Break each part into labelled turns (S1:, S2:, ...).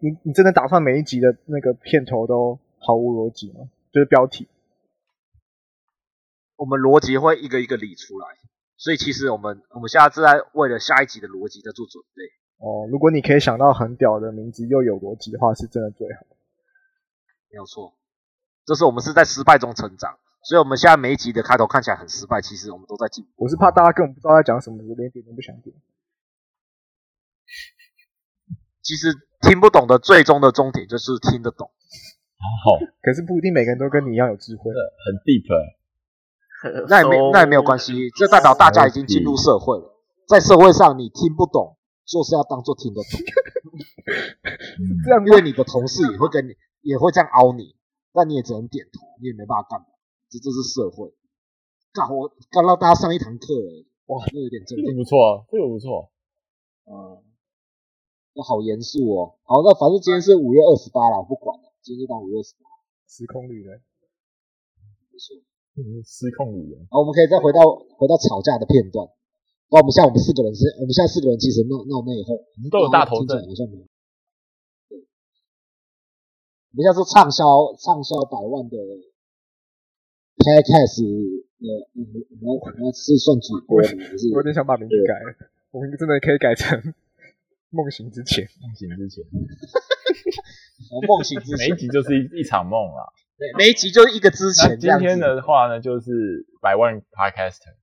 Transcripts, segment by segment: S1: 你你真的打算每一集的那个片头都毫无逻辑吗？就是标题，
S2: 我们逻辑会一个一个理出来，所以其实我们我们现在正在为了下一集的逻辑在做准备。
S1: 哦，如果你可以想到很屌的名字又有逻辑的话，是真的最好。
S2: 没有错，这是我们是在失败中成长，所以我们现在每一集的开头看起来很失败，其实我们都在进步。
S1: 我是怕大家根本不知道在讲什么，连点都不想点。
S2: 其实听不懂的最终的终点就是听得懂，
S3: 好，
S1: 可是不一定每个人都跟你一样有智慧。
S3: 很 deep，欸
S2: 那也没那也没有关系，这代表大家已经进入社会了，在社会上你听不懂，就是要当做听得懂，
S1: 这样
S2: 因为你的同事也会跟你也会这样凹你，但你也只能点头，你也没办法干嘛，这这是社会。干我干让大家上一堂课而已，哇，这有点正
S3: 这
S2: 经
S3: 个。不错，啊这个不错。
S2: 嗯，那好严肃哦。好，那反正今天是五月二十八了，我不管了，今天就当五月二十八，
S1: 时空旅人，
S2: 没错。
S3: 嗯失控旅人，
S2: 好，我们可以再回到回到吵架的片段。那我们现在我们四个人是，我们现在四个人其实闹闹内讧，
S3: 我们都有大头
S2: 听起来
S3: 症，
S2: 好像没有。对，我们现在是畅销畅销百万的 podcast，呃，我们我们我们是算主播吗？还是
S1: 我有点想把名字改了，我们真的可以改成梦醒之前。
S3: 梦醒之前，
S2: 呃梦醒之
S3: 每一
S2: 前？
S3: 集就是一一场梦啦。
S2: 对每一集就是一个之
S3: 那
S2: 前这
S3: 今
S2: 样子。
S3: 天的话呢，就是百万 podcaster，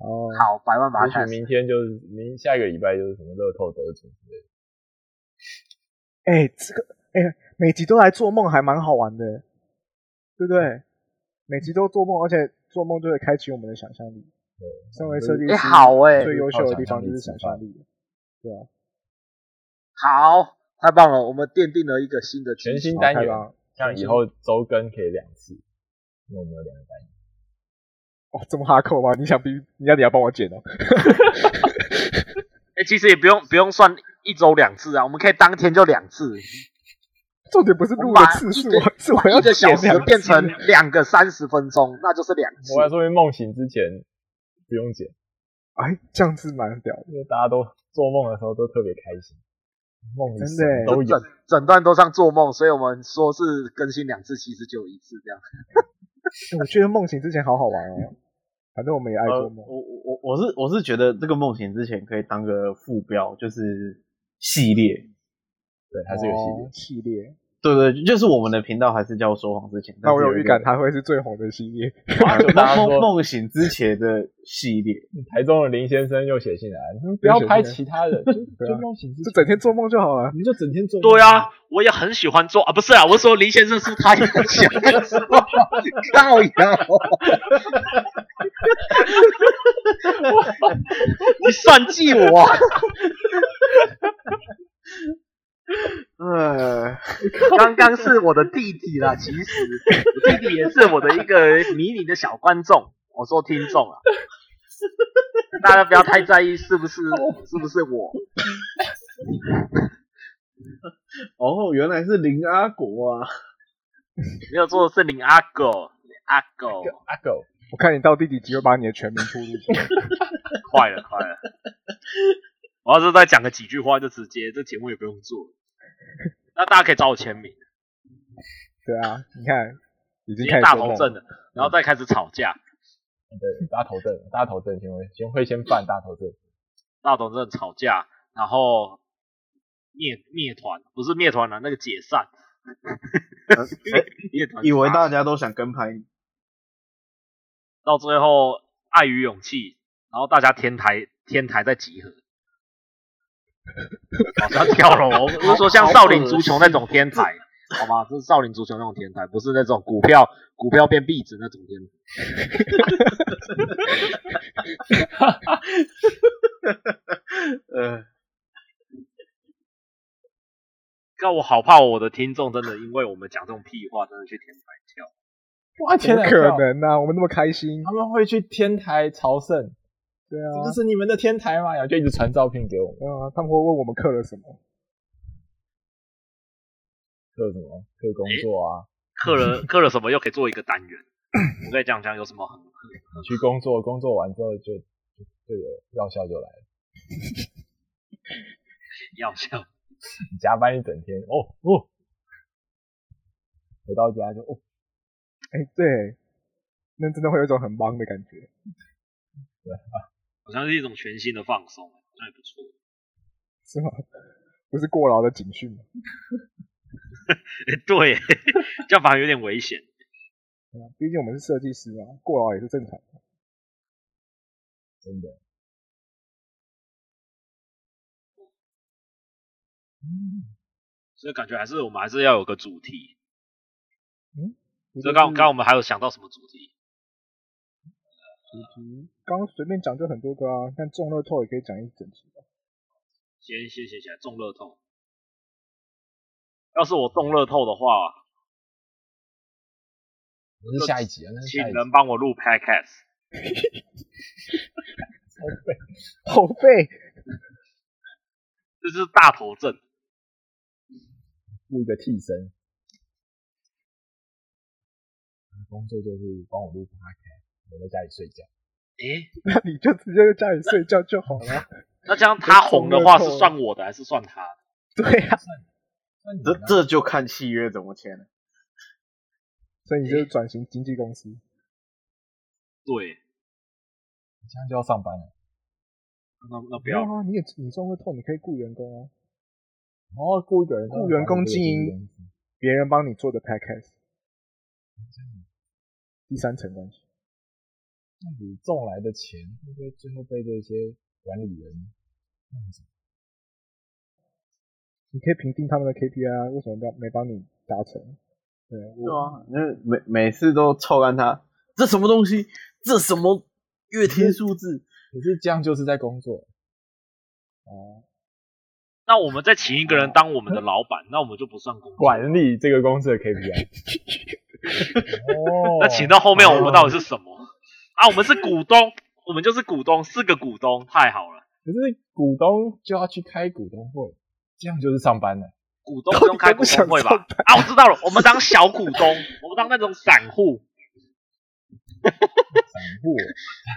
S1: 哦，
S2: 好，百万把它
S3: 也许明天就是明下一个礼拜就是什么乐透得主之类的。
S1: 哎、这个哎、每集都来做梦还蛮好玩的，对不对？每集都做梦，而且做梦就会开启我们的想象力。身为设计师，
S2: 哎、好哎、
S1: 最优秀的地方就是想象力，对啊，
S2: 好，太棒了，我们奠定了一个新的趋势
S3: 全新
S1: 好
S3: 单
S1: 太
S3: 元
S1: 棒，了
S3: 像以后周更可以两次，因为我们有两个单元。
S1: 哇，这么哈扣吗？你想逼，你要你要帮我剪哦？
S2: 哎、其实也不用不用算一周两次啊，我们可以当天就两 次，
S1: 重点不是录
S2: 我
S1: 的
S2: 把
S1: 次数
S2: 一
S1: 啊，是我要
S2: 一个小时
S1: 剪两次
S2: 变成两个三十分钟，那就是两次
S3: 啊我。还说明梦醒之前不用剪，
S1: 哎，这样子蛮屌的，
S3: 因为大家都做梦的时候都特别开心，梦里
S1: 真的
S3: 什么
S1: 欸
S3: 都有
S2: 整。整段都像做梦，所以我们说是更新两次，其实就有一次这样。
S1: 哎我觉得梦醒之前好好玩哦，反正我们也爱
S4: 呃，
S1: 做
S4: 我
S1: 梦。
S4: 我我我是我是觉得这个梦醒之前可以当个副标，就是系列。
S3: 对，还是有系列
S1: 哦。系列，
S4: 对对，就是我们的频道还是叫说谎之前。
S1: 那我有预感
S4: 它
S1: 它会是最红的系列。
S3: 哇就大家
S4: 梦梦
S3: 说，
S4: 梦醒之前的系列，
S3: 台中的林先生又写信来，你们不要拍其他人， 就
S1: 对啊
S3: 就梦醒之
S1: 就
S3: 前，
S1: 整天做梦就好了
S3: 你。们就整天做。
S2: 对啊，，我也很喜欢做啊，不是啊，我是说林先生是他也很喜欢做，靠呀！你算计我啊，
S4: 呃，
S2: 刚刚是我的弟弟啦，其实我弟弟也是我的一个迷你的小观众，我说听众啊，大家不要太在意是不是是不是我，
S4: 哦，原来是林阿国啊，
S2: 没有做的是林阿狗，林阿狗，
S3: 阿狗，
S1: 我看你到第几集就把你的全名吐露出来。
S2: 快了快 了，我要是再讲个几句话就直接这节目也不用做了，那大家可以找我签名，
S1: 对啊，你看，已
S2: 直
S1: 经开始
S2: 接大
S1: 做
S2: 头
S1: 梦
S2: 阵了，然后再开始吵架，
S3: 对，大头症，大头症先会先会先犯大头症，
S2: 大头阵吵架，然后灭灭团，不是灭团啊了、那个解散。
S4: 呃哎
S2: 乐团
S4: 以为大家都想跟拍你，
S2: 到最后碍于勇气，然后大家天台天台在集合，往上跳楼。我不是说像少林足球那种天台，好吗？这是少林足球那种天台，不是那种股票股票变币值那种天台。
S1: 嗯
S4: 呃，
S2: 看我好怕我的听众真的因为我们讲这种屁话，真的去天台跳。
S3: 哇，
S1: 怎
S3: 天
S1: 么
S3: 哪，
S1: 可能呢、啊？我们那么开心
S3: 他，们会去天台朝圣，
S1: 对啊，嗯
S3: 这是你们的天台吗？然后就一直传照片给我们。
S1: 对啊，他们会问我们刻了什么，
S3: 刻什么刻工作啊，
S2: 刻 了刻了什么又可以做一个单元。我跟你讲讲有什么很
S3: 你去工作，工作完之后就就就有药效就来了，
S2: 要笑，
S3: 你加班一整天，哦哦，回到家就哦，
S1: 哎、对，那真的会有一种很忙的感觉。
S2: 好像是一种全新的放松，好像也不错。
S1: 是吗？ 不是过劳的警讯吗？
S2: 哎、对， 这样反而有点危险。
S1: 对啊毕竟我们是设计师嘛，过劳也是正常的。
S3: 真的。
S2: 所以感觉还是我们还是要有个主题。
S1: 你
S2: 所
S1: 就
S2: 以刚
S1: 是
S2: 刚刚我们还有想到什么主题？
S1: 主题刚刚随便讲就很多个啊，像中乐透也可以讲一整集吧。
S2: 先先写起来，中乐透。要是我中乐透的话，
S3: 那是下一集啊，那是
S2: 请
S3: 下一集。
S2: 人帮我录 podcast。
S1: 好背，
S2: 这是大头症，
S3: 雇一个替身，工作就是帮我录 p o 我在家里睡觉。
S2: 诶，
S1: 那你就直接在家里睡觉就好了。
S2: 那这样他红的话
S1: 中乐透
S2: 是算我的还是算他的？
S1: 对呀、啊，
S3: 那你
S4: 这
S1: 嗯
S3: 呢
S4: 这就看契约怎么签了。
S1: 所以你就是转型经纪公司，
S2: 对，
S3: 这样就要上班了。
S2: 那那不
S1: 没有
S2: 要，
S1: 啊，你也你中乐透，你可以雇员工啊，
S3: 然后雇一个人，
S1: 雇员工经营别人帮你做的 podcast，第三层关系。
S3: 这样子挣来的钱，会不会最后被这些管理人这样子？
S1: 你可以评定他们的 KPI 啊，为什么没没帮你达成？对，
S4: 对
S1: 我
S4: 啊，因为每每次都臭干他，这什么东西？这什么月天数
S1: 嗯
S4: 字？
S3: 可是这样就是在工作，
S1: 哦，
S2: 那我们再请一个人当我们的老板，那我们就不算工作。
S3: 管理这个公司的 KPI。哦
S2: 那请到后面我们到底是什么？啊，我们是股东，我们就是股东，四个股东，太好了，
S3: 可是股东就要去开股东会，这样就是上班了。
S2: 股东不用开股东会吧
S1: 到底？
S2: 啊，我知道了，我们当小股东，我们当那种散户，
S3: 散户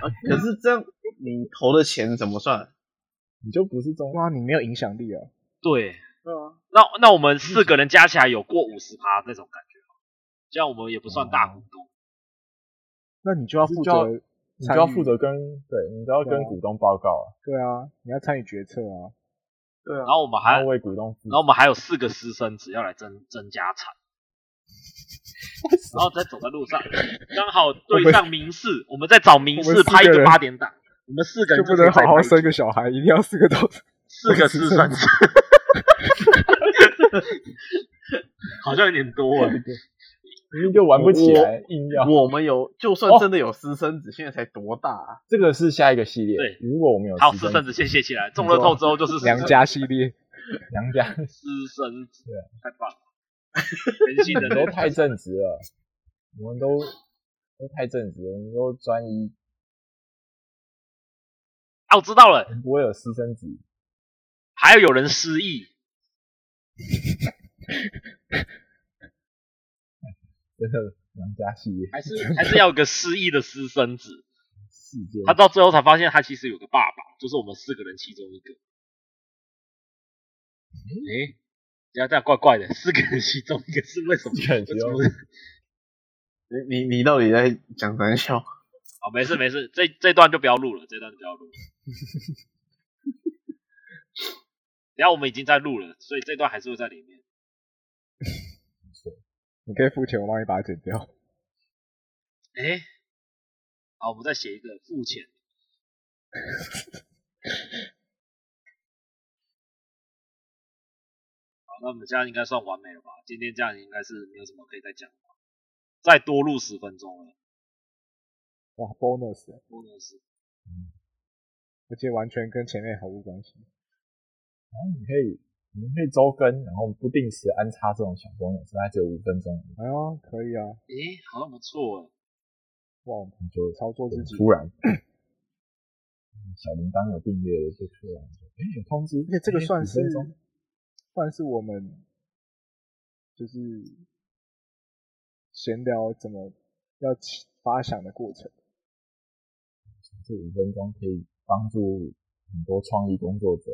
S4: 啊可是这样，你投的钱怎么算？
S3: 你就不是中
S1: 哇，你没有影响力啊！
S2: 对，
S4: 对啊，
S2: 那那我们四个人加起来有过五十趴那种感觉，这样我们也不算大股东。
S1: 那你就要负
S3: 就要
S1: 责，
S3: 你就要
S1: 参与
S3: 负责跟对，你就要
S1: 对
S3: 跟
S1: 啊
S3: 股东报告啊，
S1: 对啊，你要参与决策啊。
S4: 对啊
S2: 然，后我们还
S3: 然后为股东负
S2: 然后我们还有四个私生子要来争争家产，然后再走在路上，刚好对上民事，我们再找民事拍一个八点档，我们四个
S1: 就
S2: 人
S1: 不
S2: 可以
S1: 能
S2: 再
S1: 好好
S2: 拍一
S1: 生个小孩，一定要四个都是。
S2: 四个私生子，好像有点多哎，
S3: 明明就玩不起来，硬要。
S4: 我们有，就算真的有私生子，现在才多大啊？
S3: 这个是下一个系列。
S2: 对
S3: 如果我们有
S2: 好，
S3: 私
S2: 私
S3: 生
S2: 生子先谢起来，中乐透之后就是私
S1: 良
S2: 生
S1: 家系列，
S3: 娘家，
S2: 私生子
S3: 对，
S2: 太棒了，人性
S3: 你
S2: 人
S3: 都
S2: 类
S3: 太正直了，我们都都太正直了，我们都专一，
S2: 啊，我知道了
S3: 我，们不会有私生子。
S2: 还要有人失忆，
S3: 真的娘家系列
S2: 还是还是要有个失忆的私生子。
S3: 世界，
S2: 他到最后才发现，他其实有个爸爸，就是我们四个人其中一个。诶、这样这样怪怪的，四个人其中一个是为什么？
S3: 四个人其中一个
S2: 为什么
S4: 你你你到底在讲三 笑？
S2: 好，没事没事，这这段就不要录了，这段就不要录了。然后我们已经在录了，所以这段还是会在里面。
S1: 你可以付钱，我帮你把它剪掉。
S2: 诶、好，我们再写一个付钱。 好，那我们这样应该算完美了吧？今天这样应该是没有什么可以再讲了吧，再多录十分钟了，
S1: 哇，bonus，欸
S2: 多录十。
S1: 而且完全跟前面毫无关系。
S3: 然后你可以，你们可以周更，然后不定时安插这种小功能，所以它只有五分钟，
S1: 哎呦，可以啊！
S2: 诶、好像不错诶。
S1: 哇，我们
S3: 你就
S1: 操作自己，
S3: 突然。小铃铛有订阅的就突然就哎有通知，
S1: 而且这个
S3: 哎
S1: 算
S3: 五
S1: 是
S3: 分钟
S1: 算是我们就是闲聊怎么要起发想的过程。
S3: 这五分钟可以帮助很多创意工作者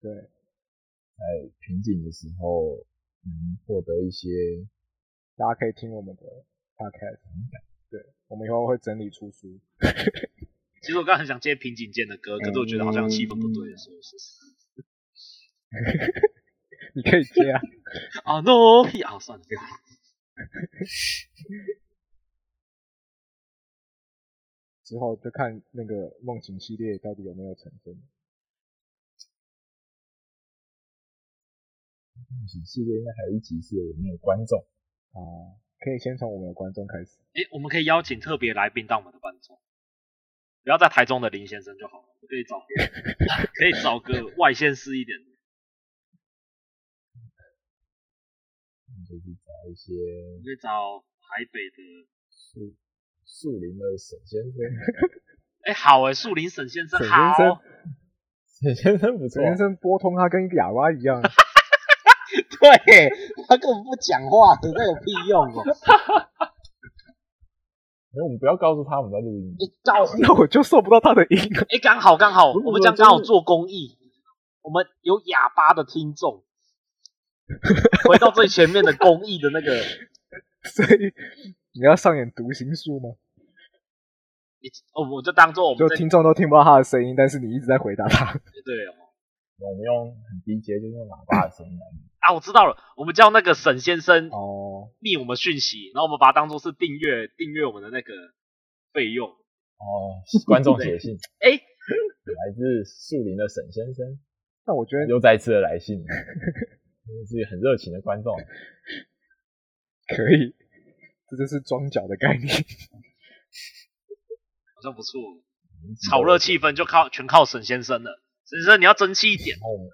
S1: 对，
S3: 在瓶颈的时候能获得一些
S1: 大家可以听我们的 podcast，对我们以后会整理出书。
S2: 其实我刚刚很想接平井健的歌，可是我觉得好像气氛不对，所以是。
S1: 你可以接啊，
S2: 啊，no 屁啊，算了，不要。
S1: 之后就看那个梦境系列到底有没有成真。
S3: 梦想系列，应该还有一集是我们有观众，
S1: 啊、可以先从我们的观众开始。
S2: 诶，我们可以邀请特别来宾当我们的伴奏，不要在台中的林先生就好了，我可以找 可以找个外县市一点的。
S3: 就是找一些
S2: 我可以找台北的，
S3: 树树林的沈先 生，
S2: 诶，好诶，树林沈先生
S1: 沈先生
S2: 好，
S3: 沈先生不错啊
S1: 陈，先生拨通他跟哑巴一样，
S2: 对他根本不讲话的，那有屁用哦！
S3: 可是我们不要告诉他我们在录音，
S2: 你告诉
S1: 那我就收不到他的音了。
S2: 哎，刚好刚好，
S3: 不是
S2: 我们这样
S3: 不是
S2: 刚好
S3: 就是
S2: 做公益，我们有哑巴的听众，回到最前面的公益的那个，
S1: 所以你要上演读心术吗？
S2: 你哦，我就当做我们
S1: 就
S2: 在
S1: 听众都听不到他的声音，但是你一直在回答 他。
S2: 对哦
S3: 我们用很低阶，就用喇叭的声音来录。
S2: 啊，我知道了，我们叫那个沈先生
S1: 哦，
S2: 密我们讯息，然后我们把它当做是订阅订阅我们的那个费用。
S3: 哦，观众写信
S2: 哎，
S3: 来自树林的沈先生，
S1: 那我觉得
S3: 又再次的来信，是一个很热情的观众。
S1: 可以，这就是装脚的概 念。
S2: 好像不错，炒热气氛就靠全靠沈先生了。沈先生，你要争气一点
S3: 然。后我们，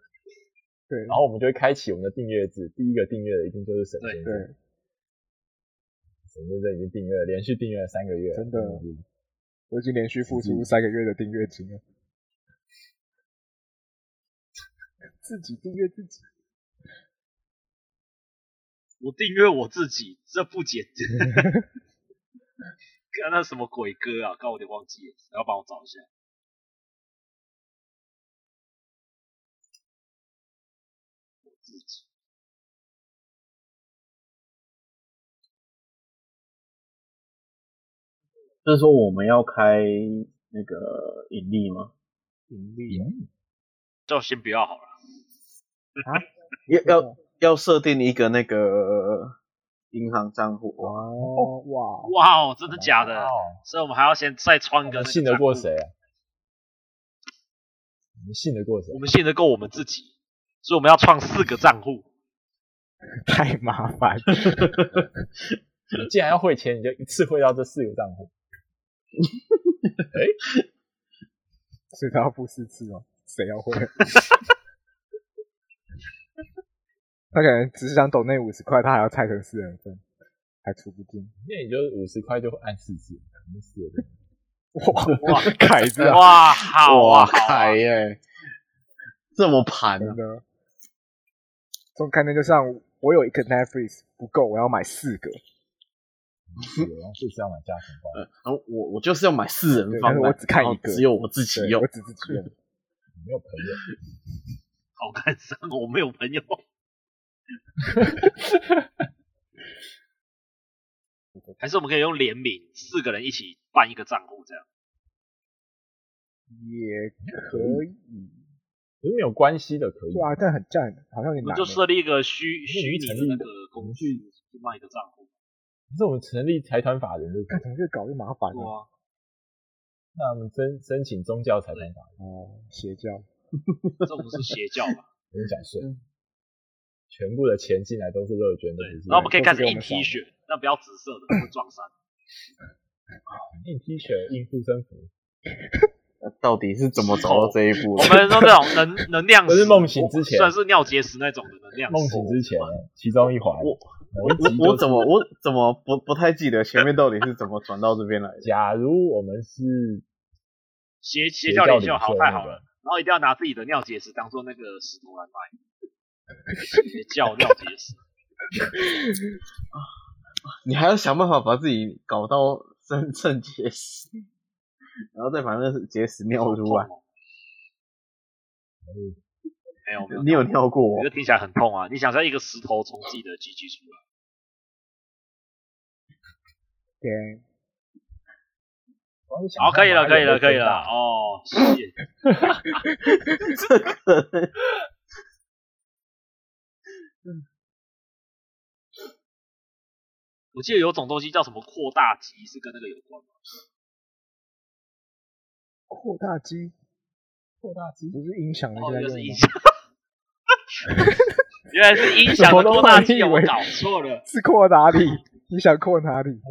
S1: 对
S3: 然后我们就会开启我们的订阅制，第一个订阅的一定就是沈先生，
S1: 对，
S3: 沈先生已经订阅了，连续订阅了三个月，
S1: 真的
S3: 是
S1: 我已经连续付出三个月的订阅金了，自己订阅自己。
S2: 我订阅我自己，这不简单。 看那什么鬼歌啊，刚我有点忘记了，然后帮我找一下。我自己
S4: 就是说我们要开那个盈利吗？
S1: 盈利
S3: 嗯
S2: 就先不要好了。
S4: 要要要设定一个那个银行账户。
S1: 哦哇，
S2: 哇哦，真的假的？
S3: 哦
S2: 所以我们还要先再穿
S3: 我
S2: 个。
S3: 们信得过谁？啊？我们信得过谁
S2: 我？们信得过我们自己，所以我们要创四个账户。
S1: 太麻烦。
S3: 你既然要汇钱，你就一次汇到这四个账户。
S1: 所以他要付四次哦，谁要会？ 他可能只是想抖那五十块，他还要拆成四人份，还出不进。
S3: 那你就五十块就按四次，你死了。
S1: 哇哇，凯子啊，
S2: 哇，好啊，好啊
S4: 凯耶，这么盘
S1: 真
S4: 啊！
S1: 的，这种概念就像我有一个 Netflix 不够，我要买四个，
S3: 然后这次要买价钱包，
S4: 呃然后我我就是要买四人
S1: 对但
S4: 方
S1: 是
S4: 案，
S1: 我只看一个
S4: 然后只有我自己
S1: 对
S4: 用
S1: 我。只自己用。
S3: 你没有朋友，
S2: 好感伤哦，我没有朋友。 还是我们可以用联名，四个人一起办一个账户，这样
S1: 也可以，
S3: 可是没有关系的可以
S1: 对。啊，但很占，好像有
S2: 我
S1: 点
S2: 们
S1: 难
S2: 就
S1: 欸。
S2: 设立一个虚
S3: 那
S2: 虚
S3: 你
S2: 拟
S3: 成
S2: 的
S3: 立
S2: 那
S3: 一个
S2: 个工
S3: 程
S2: 具
S3: 序，
S2: 去办一个账户。
S3: 可是我们成立财团法人就可
S1: 看
S3: 以，
S1: 怎么越搞越麻烦
S2: 对
S1: 了。
S2: 啊，
S3: 那我们申申请宗教财团法人，
S1: 哦，邪教，
S2: 这种是邪教 嘛？
S3: 不用缴税，
S1: 嗯
S3: 全部的钱进来都是乐捐的
S2: 对，，
S3: 不
S2: 然后我们可以开
S1: 都是给
S2: 始
S1: 我
S2: 印
S1: 们
S2: T
S1: 扫
S2: 恤，但不要紫色的，会撞 衫。
S3: 是印 T 恤、印护身符，
S4: 到底是怎么走到这一步
S2: 我
S4: 的？
S2: 们说那种能能量
S3: 不
S2: 石，
S3: 是梦醒之前
S2: 算是尿结石那种的能量石。
S3: 梦醒之前啊其中一环，
S4: 我
S3: 某一集
S4: 我我
S3: 就是
S4: 怎么我怎么不不太记得前面到底是怎么转到这边来的？
S3: 假如我们是
S2: 邪邪
S3: 邪
S2: 教
S3: 教
S2: 领
S3: 领
S2: 袖好
S3: 袖
S2: 太
S3: 那
S2: 好
S3: 个
S2: 了，然后一定要 拿自己的尿结石当做那个石头来卖，邪教尿结石。
S4: 你还要想办法把自己搞到真正结石， 然后再把那个结石尿出来。
S2: 哦没有没有，
S4: 你有尿过
S2: 我
S4: 哦
S2: 觉得？听起来很痛啊！你想象一个石头从自己的鸡鸡出来，
S1: 对，
S2: 好，可以了，可以了，可以了，哦，谢。
S4: 这可能
S2: 我记得有种东西叫什么扩大机，是跟那个有关吗？
S1: 扩大机
S3: 扩大机，
S1: 不是音响那
S2: 哦，
S1: 些在
S2: 原来
S1: 用
S2: 是
S1: 的
S2: 音
S1: 吗？
S2: 响， 原来是音响的扩大机，我搞错了。
S1: 是扩哪里？你想扩哪里？
S3: 哎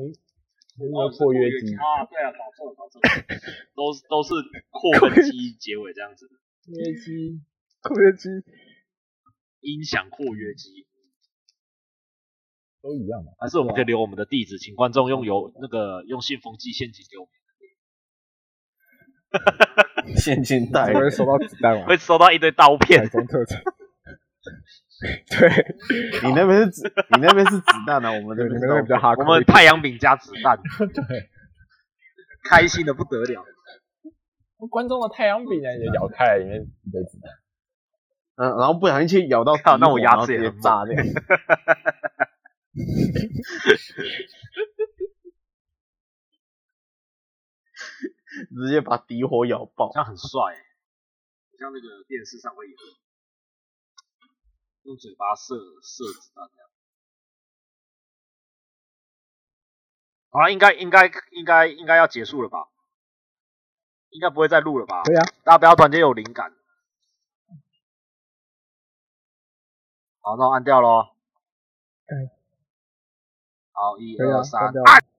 S3: 因
S2: 哦
S3: 为
S2: 是
S3: 扩约肌，
S2: 啊，对啊，搞错了，搞错了，都是都是扩跟机结尾这样子的，
S3: 扩约肌，
S1: 扩约肌
S2: 音响扩约肌。
S3: 都一样嘛。
S2: 还是我们可以留我们的地址，请观众用邮那个用信封寄现金给我们，
S4: 现金贷
S3: 哎
S1: 才会收到子弹
S2: 会
S1: 嘛？
S2: 收到一堆刀
S1: 台
S2: 片。
S1: 中特产。 对，
S4: 你那边是子，你那边是子弹啊，我们这
S1: 对，你们
S4: 边是
S1: 那边比较哈
S2: 我
S1: 扣。
S2: 们太阳饼加子弹，
S3: 对，
S5: 开心的不得了。
S3: 观众的太阳饼呢也咬开来，里面一堆子弹。
S4: 嗯，然后不小心去咬到，
S2: 靠那我牙
S4: 然后
S2: 齿也
S4: 直接
S2: 很
S4: 炸掉。 直接把底火咬爆
S2: 好，像很帅欸、像那个电视上会有用嘴巴射射子弹这样。好了，应该应该应该应该要结束了吧？应该不会再录了吧？
S1: 对啊，
S2: 大家不要突然间有灵感。好，那我按掉喽
S1: 对。
S2: 好，一
S1: 对啊
S2: 二三
S1: 啊关掉，
S2: 按。